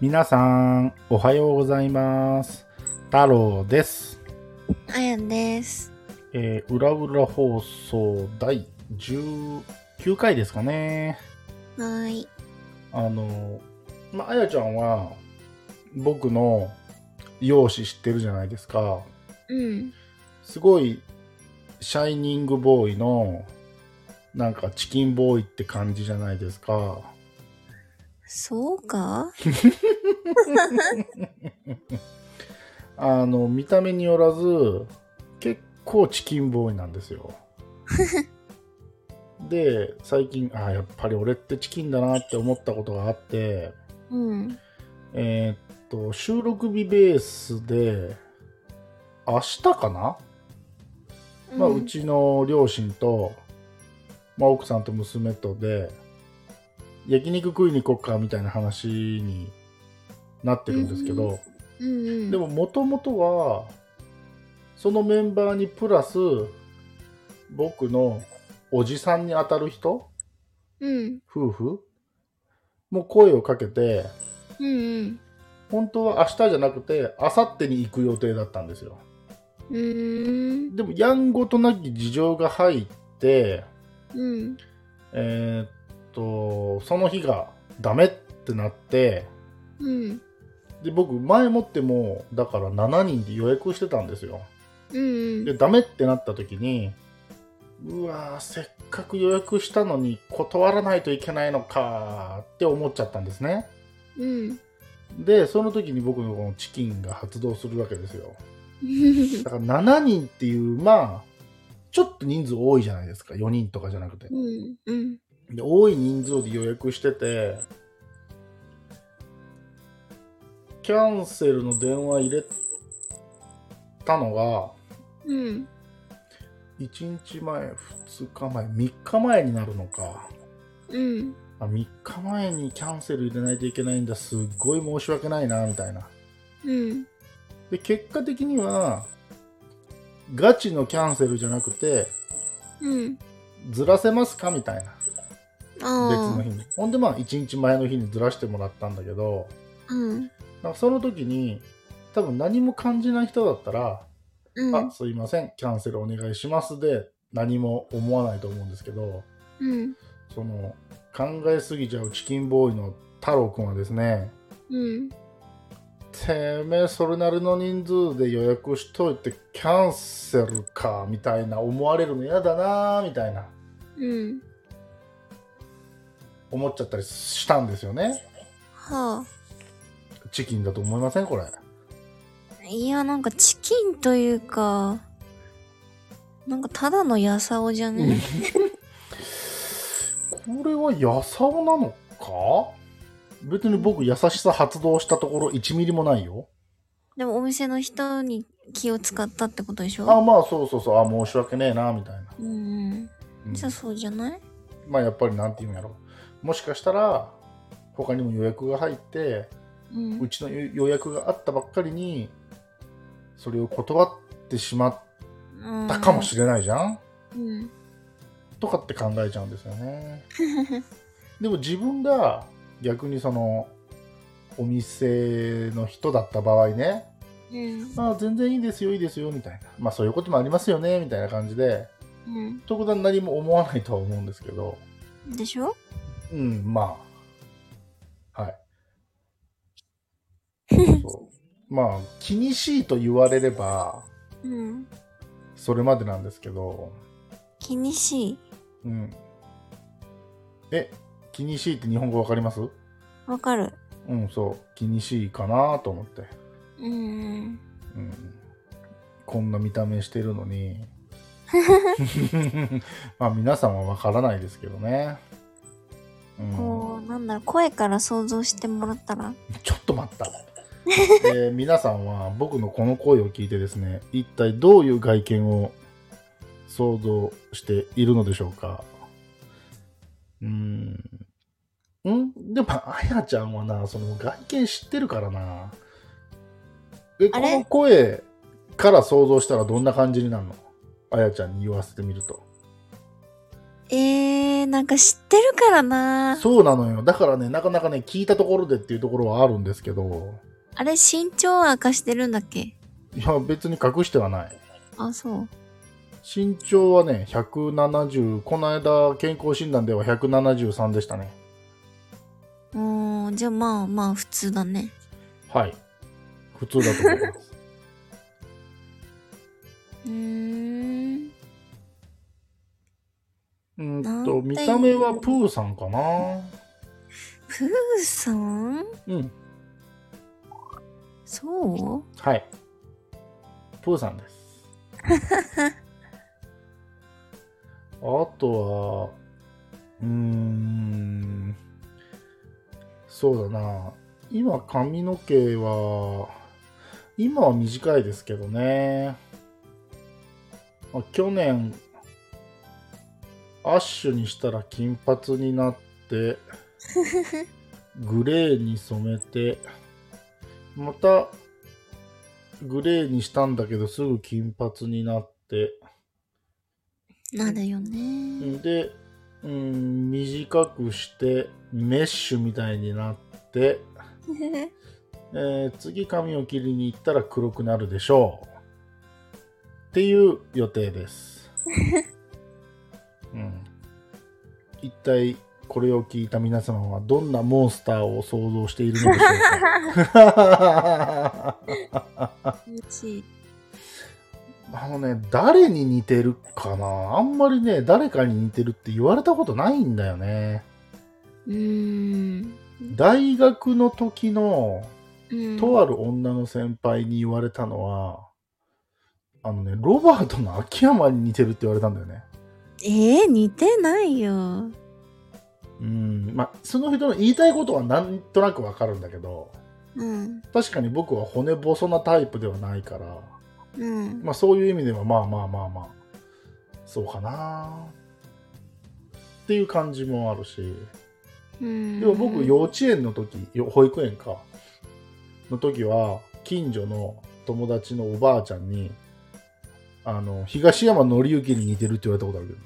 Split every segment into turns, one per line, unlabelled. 皆さん、おはようございます。太郎です。
あやんです。
えー、裏裏放送第19回ですかね。
はーい。
あの、まあ、あやちゃんは、僕の容姿知ってるじゃないですか。
うん。
すごい、シャイニングボーイの、なんかチキンボーイって感じじゃないですか。
そうか
あの、見た目によらず、結構チキンボーイなんですよ。で、最近、あ、やっぱり俺ってチキンだなって思ったことがあって、
うん。
えーっと、収録日ベースで、明日かな、うまあ、うちの両親と、まあ、奥さんと娘とで、焼肉食いに行こっかみたいな話になってるんですけど、
うんうん。
でももともとはそのメンバーにプラス僕のおじさんに当たる人
うん。
夫婦も声をかけて
うんうん。
本当は明日じゃなくて明後日に行く予定だったんですよ
うーん。
でもやんごとなき事情が入って
うん。
えーっとその日がダメってなって
うん。
で僕前もってもうだから7人で予約してたんですよ
うん。
でダメってなった時にうわーせっかく予約したのに断らないといけないのかーって思っちゃったんですね
うん。
でその時に僕のこのチキンが発動するわけですよだから7人っていうまあちょっと人数多いじゃないですか4人とかじゃなくて
うん。うん。
で多い人数で予約しててキャンセルの電話入れたのが
うん。
1日前2日前3日前になるのか
うん。
あ3日前にキャンセル入れないといけないんだすっごい申し訳ないなみたいな
うん。
で結果的にはガチのキャンセルじゃなくて
うん。
ずらせますかみたいな別
あ
の
あ。
日にほんでまあ1日前の日にずらしてもらったんだけど
うん。
なんかその時に多分何も感じない人だったら「
うん。
あすいませんキャンセルお願いします」で何も思わないと思うんですけど
うん。
その考えすぎちゃうチキンボーイの太郎くんはですね
うん。
てめえそれなりの人数で予約しといてキャンセルかみたいな思われるの嫌だなみたいな
うん。
思っちゃったりしたんですよね
はあ。
チキンだと思いませんこれ
いや、なんかチキンというか、なんかただのやさおじゃね
これはやさおなのか別に僕優しさ発動したところ1ミリもないよ
でもお店の人に気を使ったってことでしょ
あまあそうそうそうあ申し訳ねえなみたいな、
うんうん。
うん
じゃあそうじゃない
まあやっぱりなんていうんやろもしかしたら他にも予約が入って
うん
うちの予約があったばっかりにそれを断ってしまっ
うん
たかもしれないじゃん、
うん。
とかって考えちゃうんですよねでも自分が逆にそのお店の人だった場合ね
うん。
まあ全然いいですよいいですよみたいなまあそういうこともありますよねみたいな感じで
うん。
特段何も思わないとは思うんですけど
でしょ
うんまあはいそうそうまあ気にしいと言われれば
うん。
それまでなんですけど、
気にしい。
うん。え、気にしいって日本語わかります
わかる。
うん、そう。気にしいかなと思って。
うん。
うん。こんな見た目してるのに。 まあ皆さんはわからないですけどね。うん、
こう、なんだろう、声から想像してもらったら。
ちょっと待った。 えー皆さんは僕のこの声を聞いてですね、一体どういう外見を想像しているのでしょうかうーん。んでも、あやちゃんはな、その外見知ってるからな。え、こ
あれ
の声から想像したらどんな感じになるのあやちゃんに言わせてみると。
えー、なんか知ってるからな
そうなのよ。だからね、なかなかね、聞いたところでっていうところはあるんですけど、
あれ、身長は明かしてるんだっけ
いや、別に隠してはない。
あ、そう。
身長はね、170、この間健康診断では173でしたね。
うーん、じゃあまあまあ普通だね。
はい。普通だと思います。
うーん。
うーん
な
と、
んて
見た目はプーさんかな
プーさん
うん。
そう
はい。プーさんです。あとは、うーん、そうだな。今、髪の毛は、今は短いですけどね。まあ去年、アッシュにしたら金髪になって、グレーに染めて、またグレーにしたんだけどすぐ金髪になって
なるよね。
で、うん、短くしてメッシュみたいになって、 えー次髪を切りに行ったら黒くなるでしょうっていう予定です、うん、一体これを聞いた皆様はどんなモンスターを想像しているのでしょうか
うち。
あのね、誰に似てるかなあんまりね、誰かに似てるって言われたことないんだよね。
うーん。
大学の時の、
うん、
とある女の先輩に言われたのは、あのね、ロバートの秋山に似てるって言われたんだよね。
えー、似てないよ。
うん、まあ、その人の言いたいことはなんとなくわかるんだけど、
うん。
確かに僕は骨細なタイプではないから、
うん。
まあそういう意味ではまあまあまあまあ、そうかなっていう感じもあるし、
うん。
でも僕幼稚園の時よ保育園かの時は近所の友達のおばあちゃんにあの東山紀之に似てるって言われたことあるけど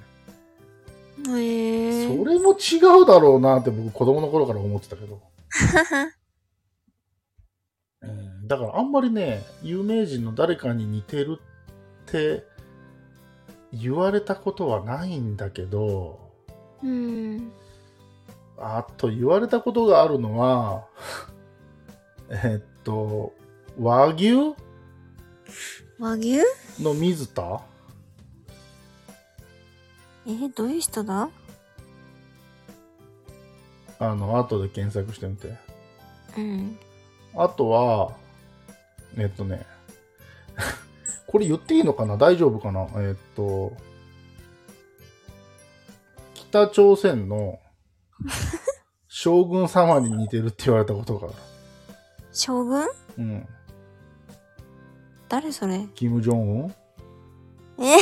えー。
ね、それも違うだろうなって僕子供の頃から思ってた けど、うん、だからあんまりね有名人の誰かに似てるって言われたことはないんだけど
うん。
あと言われたことがあるのは、えっと、和牛
和牛
の水田
えー、どういう人だ
あの、後で検索してみて。
うん。
あとは、えっとね、 これ言っていいのかな大丈夫かなえっと、北朝鮮の将軍様に似てるって言われたことがある。
将軍
うん。
誰それ
キム・ジョンウン
え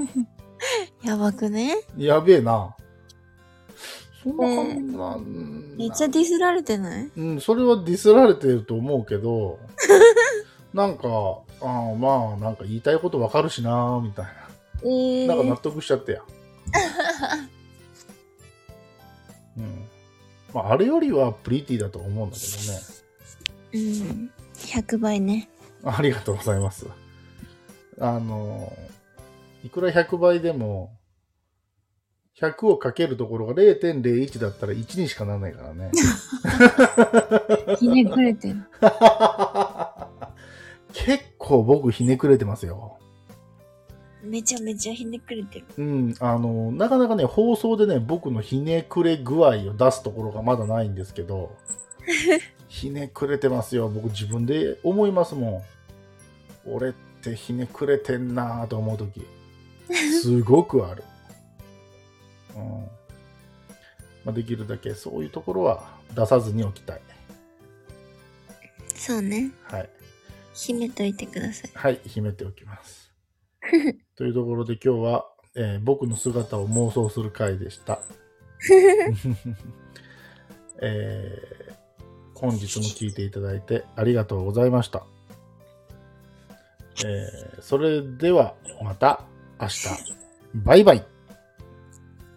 やばくね
やべえな。そんな
ねえ
感じなん
めっちゃディスられてない
うん、それはディスられてると思うけ ど、なんか、あーまあ、なんか言いたいことわかるしなーみたい
え
な。な
ー、
んか納得しちゃった や。うん。まあ、あれよりはプリティだと思うんだけ どね。
うん。100倍ね。
ありがとうございます。あの、いくら100倍でも、100をかけるところが0.01だったら1にしかならないから ね。
ひねくれてる。
結構僕ひねくれてますよ。
めちゃめちゃひねくれてる。
うん、あの、なかなかね、放送でね、僕のひねくれ具合を出すところがまだないんですけど、ひねくれてますよ。僕自分で思いますもん。俺ってひねくれてんなぁと思うとき、すごくある。うん。まあ、できるだけそういうところは出さずにおきたい。
そうね。
はい。
秘めといてください。
はい、秘めておきます。というところで今日は、えー僕の姿を妄想する回でした。 えー本日も聞いていただいてありがとうございました。えーそれではまた明日。バイバイ。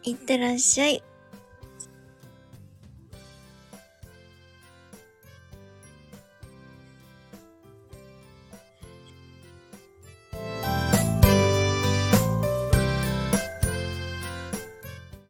いってらっしゃい。